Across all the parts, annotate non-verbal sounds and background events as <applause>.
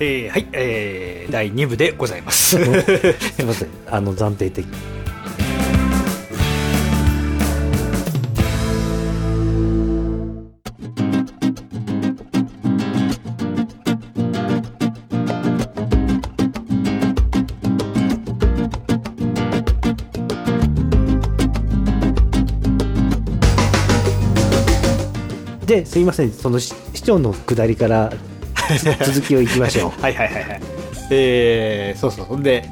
えーはい、えー、第2部でございます。 <laughs> すいませんあの暫定的ですいませんその市市長の下り <laughs> からつ続きをいきましょう <laughs> はいはいはいはい。えー、そうそう。ほんで、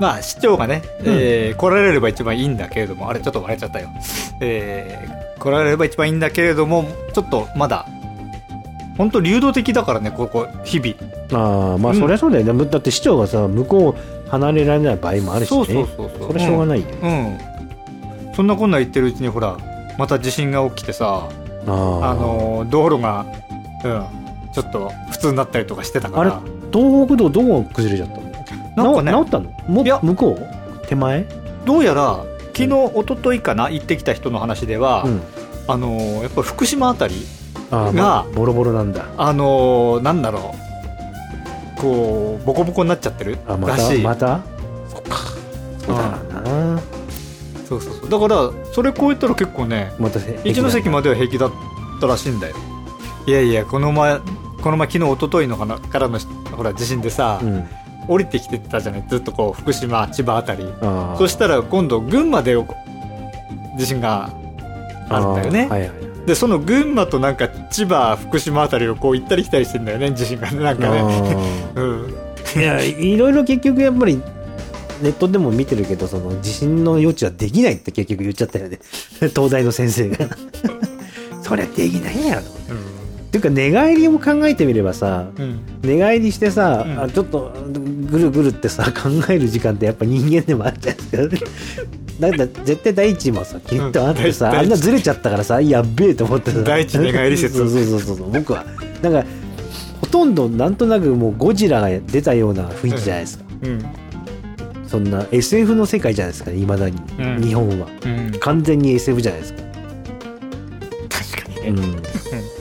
まあ、市長がね、えー来られれば一番いいんだけれども、あれ、ちょっと割れちゃったよ。えー、来られれば一番いいんだけれども、ちょっとまだ、本当流動的だからね、ここ、日々。ああまあうんそりゃそうだよね、むだって市長がさ向こう離れられない場合もあるしねそうそうそうそう。それはしょうがい。ないよ、うん。そんなこんな言ってるうちに、ほら、また地震が起きてさ、あああのー、道路が、うん、ちょっと普通になったりとかしてたから。あ東北道どこが崩れちゃったなのんかねな治ったのもいや向こう手前どうやら昨日一昨日かな行ってきた人の話では、うんあのーやっぱ福島あたりあー、がまあ、ボロボロなんだあのーなんだろうこうボコボコになっちゃってるあまらたしい、またうそんうだな、そうそうそうだからそれ超えたら結構ねまたせ一ノ関までは平気だったらしいんだよいやいやこの前この前昨日一昨日のかなからのほら地震でさ、うん降りてきてたじゃないずっとこう福島千葉あたりあーそしたら今度群馬でよ地震があるんだよねあーはいはいでその群馬となんか千葉福島あたりをこう行ったり来たりしてんだよね地震がねなんかねうんあーいやいろいろ結局やっぱりネットでも見てるけどその地震の余地はできないって結局言っちゃったよね <laughs> 東大の先生が <laughs> そりゃできないやろっうんていうか寝返りも考えてみればさうん寝返りしてさ、うんあちょっとぐるぐるってさ <laughs> 考える時間ってやっぱ人間でもあるじゃ <laughs> ないですか。だから絶対第一もさきっとあってさ、うんあんなずれちゃったからさやっべえと思ってさ第一寝返り説 <laughs> そうそうそうそうそう僕はなんかほとんどなんとなくもうゴジラが出たような雰囲気じゃないですか、うんそんな SF の世界じゃないですかいまだに、うん日本はうん完全に SF じゃないですか確かにうね、うんん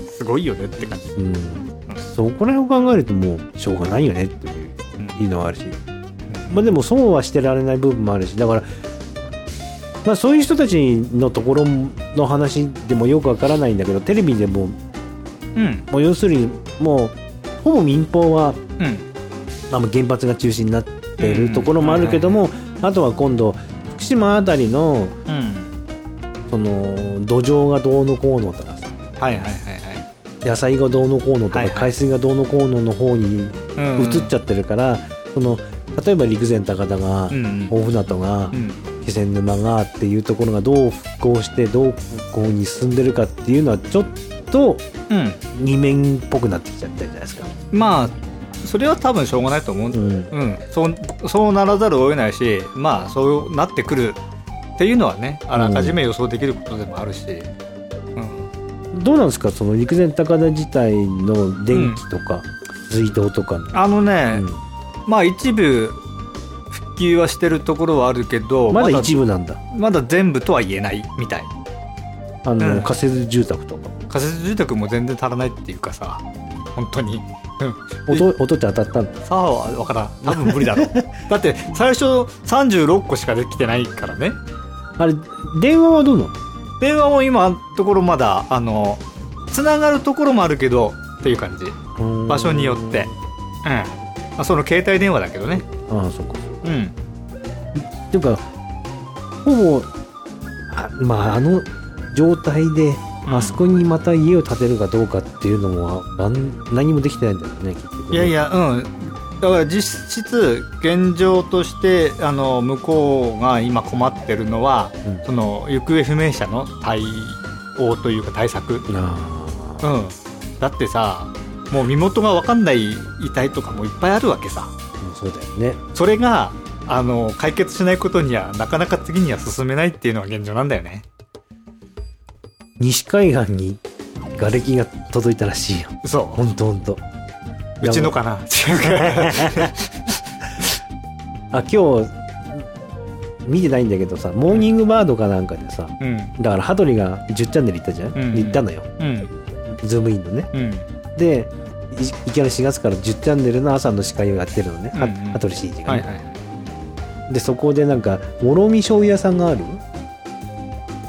すごいよねって感じ、うんそこら辺を考えるともうしょうがないよねっていううんいいのはあるしまあ、でも損はしてられない部分もあるしだから、まあ、そういう人たちのところの話でもよくわからないんだけどテレビでもうんもう要するにもうほぼ民放はうんあの原発が中心になっているところもあるけども、あとは今度福島あたりのうんその土壌がどうのこうのとかさはいはいはいはい野菜がどうのこうのとはかいはい海水がどうのこうのの方にうん移っちゃってるから、その例えば陸前高田が、うんうん大船渡が。うん気仙沼がっていうところがどう復興してどう復興に進んでるかっていうのはちょっとうん二面っぽくなってきちゃったじゃないですか。まあそれは多分しょうがないと思う、うんうん、そうそうならざるを得ないしまあそうなってくるっていうのはねあらかじめ予想できることでもあるし、うんどうなんですかその陸前高田自体の電気とか水道とかの。あのうね、んまあ一部復旧はしてるところはあるけどまだまだ一部なんだ。まだ全部とは言えないみたいあうんの仮設住宅とか。仮設住宅も全然足らないっていうかさ本当にうん音音って当たったんだ。さあは分からん多分無理だ <laughs> ろうだって最初36個しかできてないからねあれ電話はどうなの？電話も今のところまだあのつながるところもあるけどっていう感じうん場所によってうん、まあ、その携帯電話だけどねああそうか。うんっていうかほぼあまああの状態でうんあそこにまた家を建てるかどうかっていうのもあん何もできてないんだよね結局ねいやいや、うん、だから実質、現状としてあの向こうが今困ってるのは、うんその行方不明者の対応というか対策あうん、だってさもう身元が分かんない遺体とかもいっぱいあるわけさうんそうだよねそれがあの解決しないことにはなかなか次には進めないっていうのが現状なんだよね西海岸に瓦礫が届いたらしいよそほんとほんとううちのかな違うかあ今日見てないんだけどさモーニングバードかなんかでさうんだから羽鳥が10チャンネル行ったじゃうん、んうん行ったのようんズームインのねうんでいいきなり4月から10チャンネルの朝の司会をやってるのね、はうんうん羽鳥慎一がはいね、はいでそこでなんか諸見醤油屋さんがある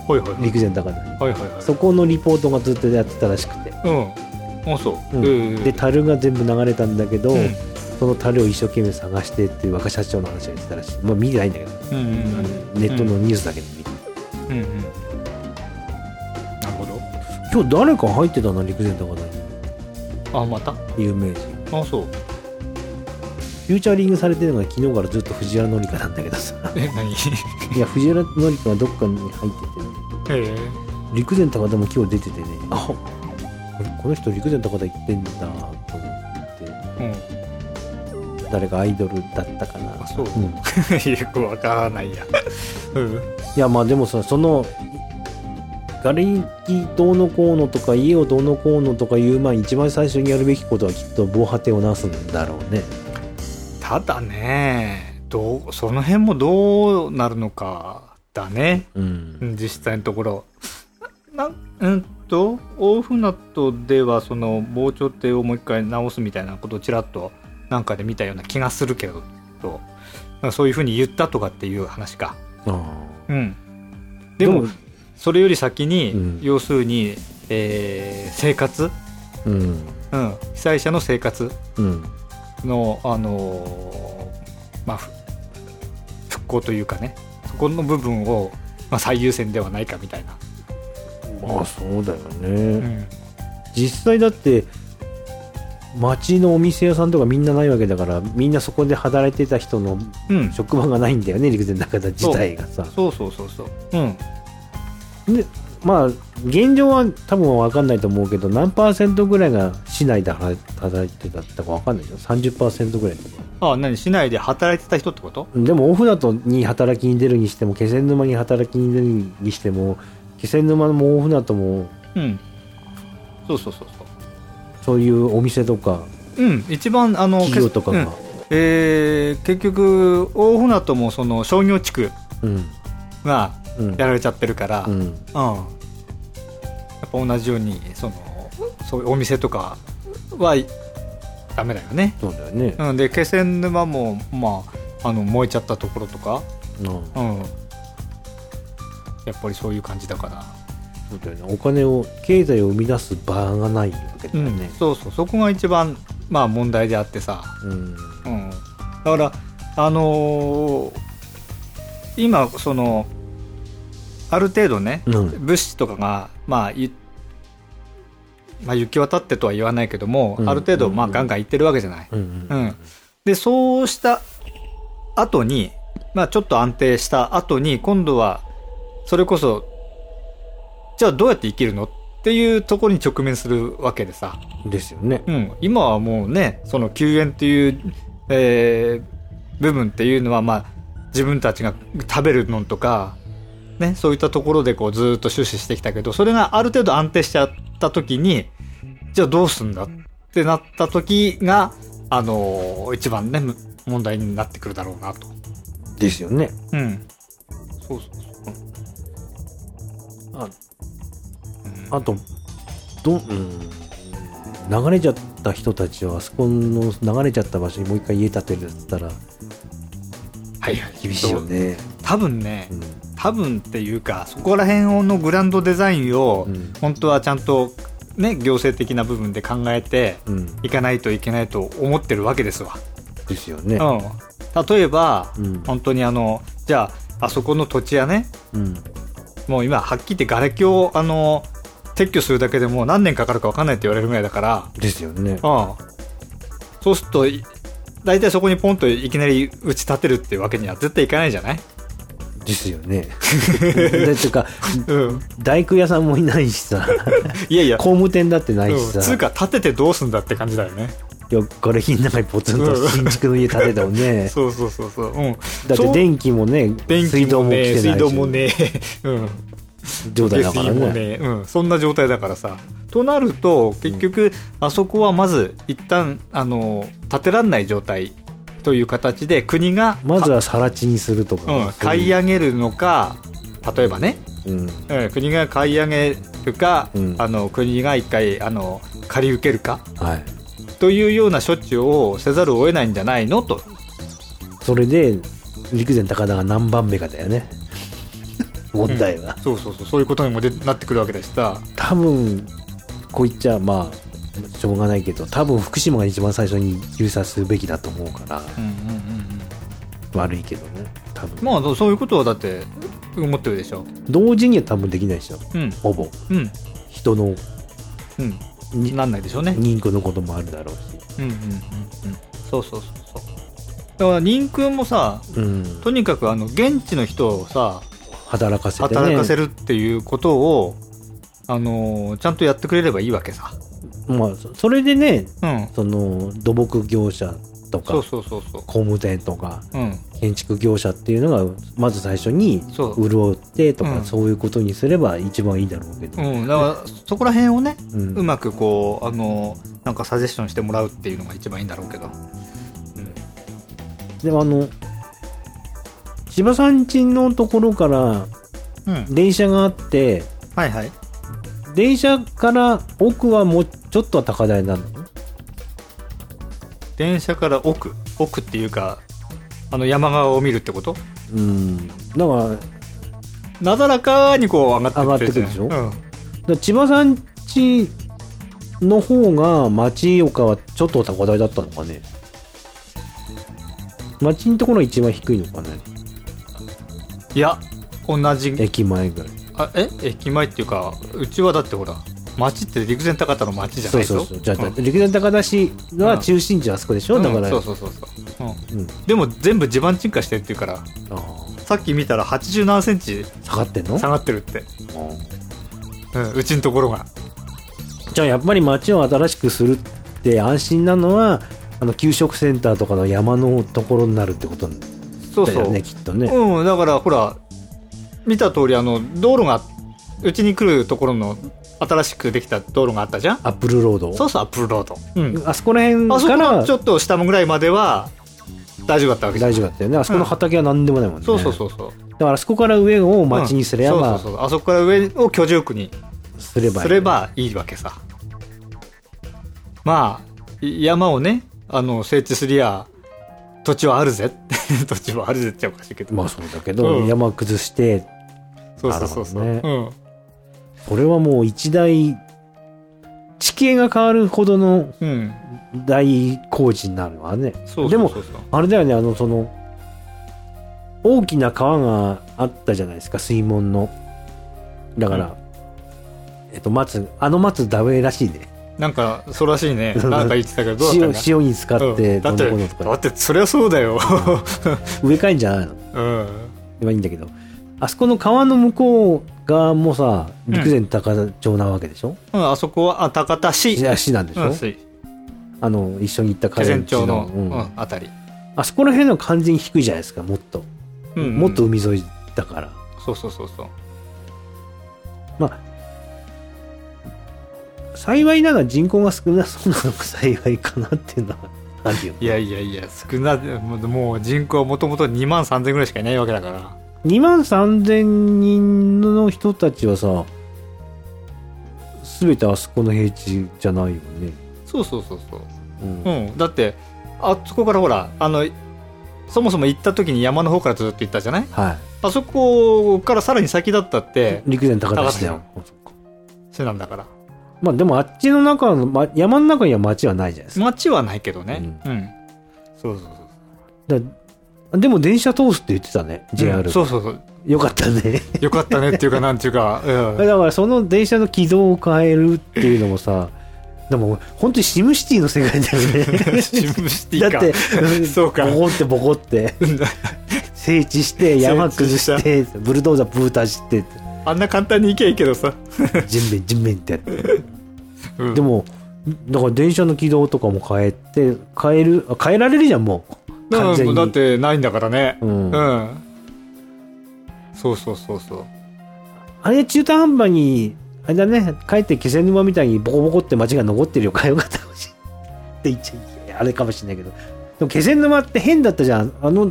ほいほいほい陸前高田にはいはいはいそこのリポートがずっとやってたらしくて、うんあそう、うんうんで樽が全部流れたんだけど、うんその樽を一生懸命探してっていう若社長の話を言ってたらしいまあ見てないんだけど、うんうんネットのニュースだけで見て、うんうんうんなるほ今日誰か入ってたな陸前高田にどあまた有名人あそうフューチャリングされてるのが昨日からずっと藤原紀香なんだけどさ <laughs> え何いや藤原紀香がどっかに入ってて、ね、ええ陸前高田も今日出ててねああれこの人陸前高田行ってんだと思っうん <laughs> て誰かアイドルだったかなあそう、うんよくわからないやうんいやまあでもさその瓦礫どうのこうのとか家をどうのこうのとかいう前に一番最初にやるべきことはきっと防波堤をなすんだろうねただねどうその辺もどうなるのかだねうんうん実際のところなうんと大船渡ではその防潮堤をもう一回直すみたいなことをちらっとなんかで見たような気がするけどとなんかそういうふうに言ったとかっていう話かあうんーでもでもそれより先に、うん要するに、えー生活、うんうん、被災者の生活うんの、あのーまあ、ふ復興というかねそこの部分を、まあ、最優先ではないかみたいな、まあそうだよね、うん、実際だって町のお店屋さんとかみんなないわけだからみんなそこで働いてた人のうん、職場がないんだよね陸前高田自体がさそうそうそうそううんでまあ現状は多分分かんないと思うけど何パーセントぐらいが市内で働いてたとか分かんないよ30%ぐらいとかあ何市内で働いてた人ってことでもオフだとに働きに出るにしても気仙沼に働きに出るにしても気仙沼もオフだともうんそうそうそうそういうお店とかそううん一番あの企業とかけがうんえー結局大船渡もその商業地区うんがうんやられちゃってるから、ううん、やっんぱ同じようにそのそういうお店とかはダメだよね、そうだよねうん、で気仙沼も、まあ、あの燃えちゃったところとか、うんうん、やっぱりそういう感じだから、そうだよねお金を経済を生み出す場がないわけだようんね、そうそうそこが一番、まあ、問題であってさ、うんうん、だからあのー今そのある程度ね、うん物資とかが、まあ、いまあ行き渡ってとは言わないけども、うんある程度、まあ、うんガンガン行ってるわけじゃない。うんうんでそうした後に、まあ、ちょっと安定した後に今度はそれこそじゃあどうやって生きるのっていうところに直面するわけでさ、ですよねうん、今はもうねその救援っていう、えー部分っていうのは、まあ、自分たちが食べるのとか、ね、そういったところでこうずーっと終始してきたけどそれがある程度安定しちゃった時にじゃあどうすんだってなった時が、あのー一番ねむ問題になってくるだろうなと。ですよねうん、そうそうそうあうんあとど、うん、流れちゃった人たちはあそこの流れちゃった場所にもう一回家建てるって言ったらはいはい厳しいよね多分ねうん多分っていうかそこら辺のグランドデザインを、うん本当はちゃんと、ね、行政的な部分で考えてうんいかないといけないと思ってるわけですわ。ですようねん、例えば、うん本当にあのじゃああそこの土地やねうんもう今はっきり言って瓦礫をあの撤去するだけでもう何年かかるか分かんないって言われるぐらいだから、ですよねうん、そうするとい大体そこにポンといきなり打ち立てるっていうわけには絶対いかないじゃないですよね。 <laughs> だってか、うん、大工屋さんもいない <laughs> しさ、いやいや工務店だってないしうん、つさう、か立ててどうすんだって感じだよねよっこれ火の中にポツンと新築の家建てたもんね。そうそうそうそううんだってそう電気もね、電水気道ももね来てな水い道もし、ね <laughs> うん状態だから下水もね。ね、うん、そんな状態だからさとなると結局、あそこはまず一旦あの建てらんない状態という形で国がまずは更地にするとか。うん、買い上げるのか例えばね、うん。うん、国が買い上げるか、うんあの国が一回あの借り受けるかはい。というような処置をせざるを得ないんじゃないのとそれで、陸前高田が何番目かだ <laughs> よね。問題は。そうそうそうそういうことにもでなってくるわけだしさ多分こう言っちゃまあしょうがないけど多分福島が一番最初に入札するべきだと思うからうんうんうん悪いけどね多うん分まあそうそういうことはだって思ってるでしょ同時には多分できないでしょうんほぼうん人のうんになんないでしょうね人口のこともあるだろうしうんうんうんうんそうそうそうそうだから任君もさうんとにかくあの現地の人をさ働かせてね働かせるっていうことを、あのーちゃんとやってくれればいいわけさ。まあそそれでねうん。その土木業者とかそうそうそうそ工務店とかう。うん。建築業者っていうのがまず最初にそう。潤ってとか、うんそういうことにすれば一番いいだろうけど、うん。だから、そこら辺をね、うんうまくこう、あのーなんかサジェッションしてもらうっていうのが一番いいんだろうけど。うん。でもあの千葉さん家のところからうん。電車があってはいはい。電車から奥はもうちょっとは高台なの電車から奥。奥っていうか、あの、山側を見るってことうんだからだかなだらかにこう上がってくるじゃん上がってくるでしょうん。ら千葉さん家の方が町岡はちょっと高台だったのかね町のところが一番低いのかねいや、同じ駅前ぐらいあえ駅前っていうかうちはだってほら町って陸前高田の町じゃないそうでしそょうそうじゃあ、うん陸前高田市が中心地はあそこでしょ、うんだから、そうそうそうそう、ううんん、でも全部地盤沈下してるっていうからあーさっき見たら80何センチ下がってんの下がってるって、うんうん、うちのところがじゃあやっぱり街を新しくするって安心なのはあの給食センターとかの山のところになるってことなんだよねそうそう、きっとね。うんだからほら見た通りあの道路がうちに来るところの新しくできた道路があったじゃんアップルロードそうそうアップルロード、うん、あそこら辺あそこかのらちょっと下ぐらいまでは大丈夫だったわけじゃん大丈夫だったよねあそこの畑は何でもないもんね、そうそうそうそうだからあそこから上を街にすれば、うんそうそうそうあそこから上を居住区にすればいいすればいいわけさまあい山をねあの整地すりゃ土地はあるぜ <laughs> 土地はあるぜっておかしいけど、まあそうだけど、うん山崩してそうそうそうそう、なるほうんこれはもう一大地形が変わるほどのうん大工事になるわねそうそうそうそうでもあれだよね、あの、その、大きな川があったじゃないですか、水門の。だから、えっと、松、あの松ダメらしいね。なんかそうらしいねなんか言ってたけどどうだ塩った、塩に使かって、だどってうのこうのとだか。ってそりゃそうだよ植え替えんじゃないの <laughs> うんまあいいんだけど。あそこの川の向こう側もさ、ん陸前高田町なわけでしょ、うんあそこはあ高田市市市なんでしうょ、ん市あの、一緒に行った気彼仙んち町の、の。ううんんあたり、あそこら辺の完全に低いじゃないですか、もっと。うんうんもっと海沿いだから。そうそうそうそうまあ、幸いながら人口が少なそうなのが幸いかなっていうのは <laughs> あるよ。いやいやいや、少な、もうもう人口はもともと2万3000ぐらいしかいないわけだから。 2万3000人の人たちはさ、すべてあそこの平地じゃないよね。そうそうそうそう。うんう。ん。だって、あそこからほら、あの、そもそも行った時に山の方からずっと行ったじゃないはあそこからさらに先だったってい。、陸前高田市だよ。市なんだから。まあでもあっちの中の、ま、山の中には町はないじゃないですか。街はないけどね。うん。そうそうそう。だでも電車通すって言ってたね、JR。うんそうそうそう。よかったね。よかったねっていうか、なんていうか、 <laughs> うん。だからその電車の軌道を変えるっていうの <laughs> もさ、でも本当にシムシティの世界だよね。シムシティだか。って、 <laughs> そうか。ボコってボコって、整 <laughs> 地して、山崩して、ブルドーザーブーターして、あんな簡単に行けばいいけどさ。人面人面ってやって。うんでも、だから電車の軌道とかも変えて、変える、あ変えられるじゃん、もう。だ完か全らに。だってないんだからね。うんうん。そうそうそうそう。あれ中途半端に、あれだね、帰って気仙沼みたいにボコボコって街が残ってるよ、変えよかったかもしれない。 <laughs> って言っちゃいやあれかもしれないけど。でも気仙沼って変だったじゃん。あの、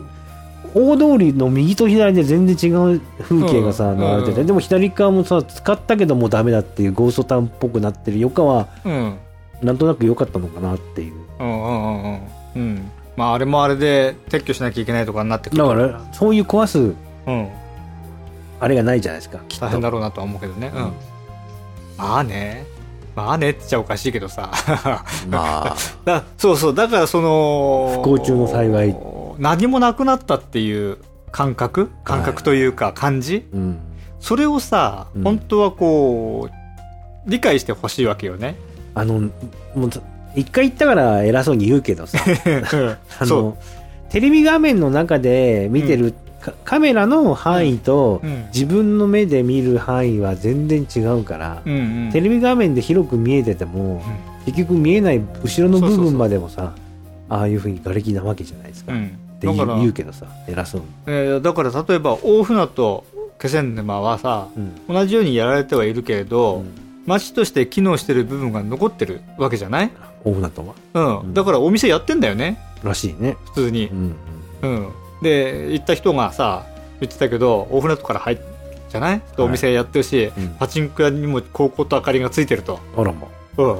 大通りの右と左で全然違う風景がさ、うん流れてて、うんでも左側もさ、使ったけどもうダメだっていうゴーストタウンっぽくなってるよかは、うん。なんとなく良かったのかなっていう。うんうんうんうん。うん。まあ、あれもあれで撤去しなきゃいけないとかになってくるだか、ら、そういう壊すうん。あれがないじゃないですか、きっ大と変。だろうなとは思うけどね。うん。うんまあね。まあねって言っちゃおかしいけどさ。 <laughs> まあ、だそうそう。だからその、不幸中の幸い。何もなくなったっていう感覚感覚というか感じ、うん。それをさ、うん本当はこう、理解してほしいわけよ <laughs> ね。あの、もう、一回言ったから偉そうに言うけどさ、あその、テレビ画面の中で見てる、かカメラの範囲と、うんうん自分の目で見る範囲は全然違うから、う。うんうんテレビ画面で広く見えてても、う結局見えない後ろの部そうそうそう分までもさ、ああいうふうに瓦礫なわけじゃないですか。うっん。て言だからう、言うけどさ、偉そうに。えーだから例えば大船と気仙沼はさ、うん。同じようにやられてはいるけれど、うん町として機能してる部分が残ってるわけじゃない、大船渡はうん、うんだからお店やってんだよね、らしいね。普通にう。ん。うん。で、行った人がさ、言ってたけど、大船渡から入っじゃないでお店やってるし、うんパチンコ屋にも高校と明かりがついてると。あらま。うん。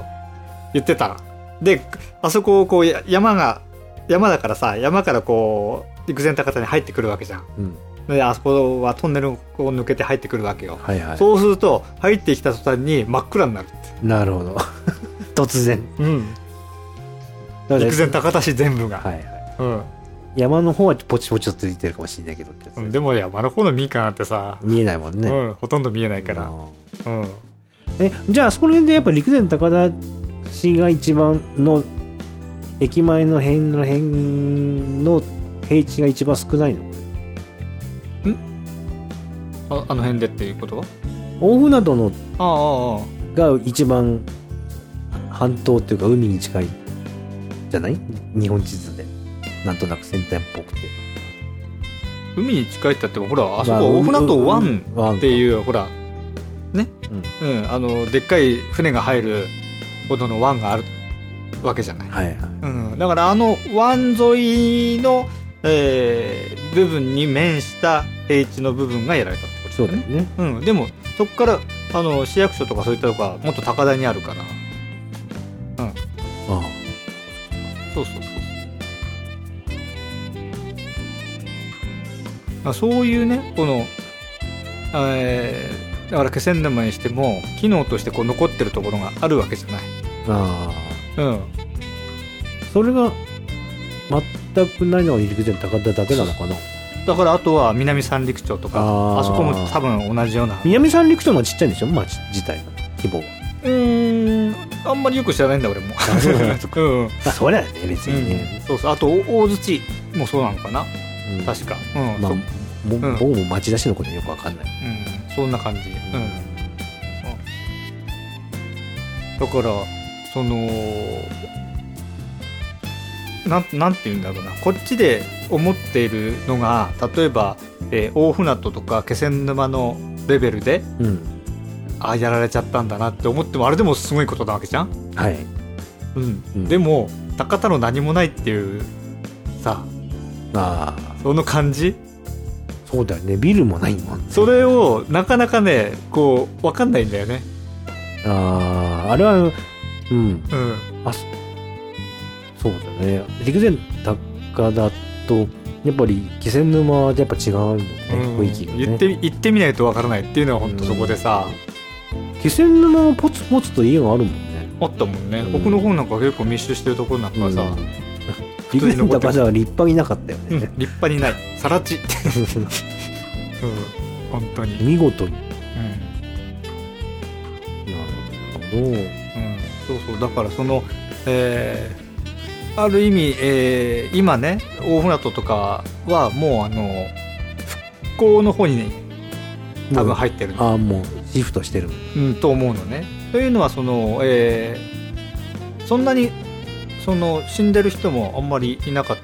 言ってた。で、あそこをこう、や山が、山だからさ、山からこう、陸前高田に入ってくるわけじゃん。うん。で、あそこはトンネルを抜けて入ってくるわけよ。はいはい。そうすると、入ってきた途端に真っ暗になるって。なるほど。 <laughs> 突然。うん。だから陸前高田市全部が。はいはうんい。山の方はポチポチとついてるかもしれないけどってやつうん。でも山の方の民家なんてさ、見えないもんね。うん、ほとんど見えないから。うんうん。え、じゃあ、そこら辺でやっぱ陸前高田市が一番の、駅前の辺の辺の平地が一番少ないのああの辺でっていうこと大船渡のああああが一番半島っていうか海に近いじゃない日本地図で。なんとなく先端っぽくて。海に近いって言ってもほらあそまあこ大船渡湾うん湾かっていうほらねうんあのでっかい船が入るほどの湾があるわけじゃない、はいはい。うん、だからあの湾沿いの、えー部分に面した平地の部分がやられたってことそうだだよよねね。うん、でもそこからあの市役所とかそういったとこはもっと高台にあるからあそうそうそうまあ、そういうねこの、えーだから気仙沼にしても機能としてこう残ってるところがあるわけじゃない、あ。ああ。うん、それが全くないのは陸前高田だけなのかなだからあとは南三陸町とかああーそこも多分同じようなう南三陸町の方がちっちゃいんでしょ町自体の規模はーんあんまりよく知らないんだ俺もあそうなんだうんうんまあそりゃね別にね、そうそうあとお大槌もそうなのかなうん確か、うんまあそも僕んも町田市のことよくわかんないうん、そんな感じ、うんだからそのなんなんて言うんだろうなこっちで思っているのが例えば、えー大船渡とか気仙沼のレベルでうんああやられちゃったんだなって思ってもあれでもすごいことなわけじゃん、はいうんうんでも高田の何もないっていうさああその感じそうだよねビルもないもん、ね、それをなかなかねこう分かんないんだよねあああれはうんうんあそそうだね陸前高田とやっぱり気仙沼はやっぱ違うもんね、うん雰囲気がね言ってみ言ってみないとわからないっていうのは本当そこでさ、気仙沼もポツポツと家があるもんねあったもんね、うん奥の方なんか結構密集してるところなんかはさ、うん普通に残って高ます田は立派になかったようんね、立派にないさら地って、 <laughs> うん、本当に、うん見事にうなるほどん、そうそうだからその、えーある意味、えー今ね大船渡とかはもうあの校の方にね多分入ってるんだああもうシフトしてるうん、と思うのね。というのはその、えーそんなにその死んでる人もあんまりいなかっ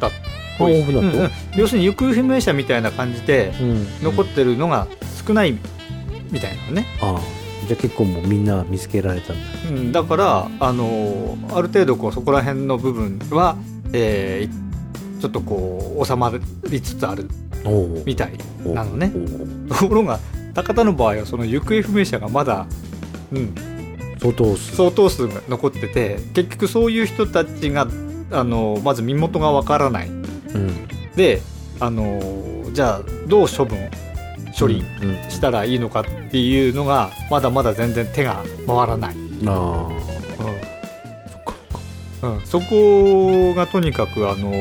たっぽいあそうなんだうんうん要するに行方不明者みたいな感じでうん残ってるのが少ないみたいなのね、ああじゃあ結構もうみんな見つけられたんだうん、だから、あのーある程度こうそこら辺の部分は、えーちょっとこう収まりつつあるおうみたいなのねおうところが高田の場合はその行方不明者がまだ、うん、相当す相当数が残ってて結局そういう人たちがあのまず身元がわからないうんであのじゃあどう処分処理うんうんしたらいいのかっていうのがまだまだ全然手が回らない、あうんうん、そこがとにかくあの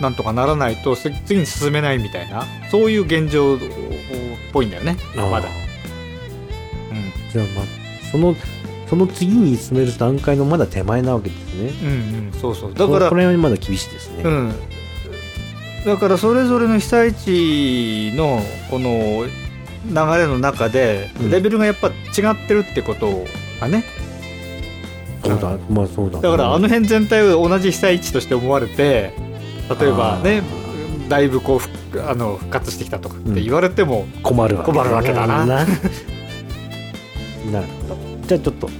なんとかならないとせ次に進めないみたいなそういう現状っぽいんだよねあああまだ、じゃあまあそのその次に進める段階のまだ手前なわけですねうん、うんうんそうそうだからこの辺はまだ厳しいですね、うん、だからそれぞれの被災地のこの流れの中でうんレベルがやっぱ違ってるってことがね、そうだまあそうだだからあの辺全体を同じ被災地として思われて例えばねあだいぶこうふあの復活してきたとかって言われても、困るわけ困る <laughs> わけだなななるほどじゃあちょっと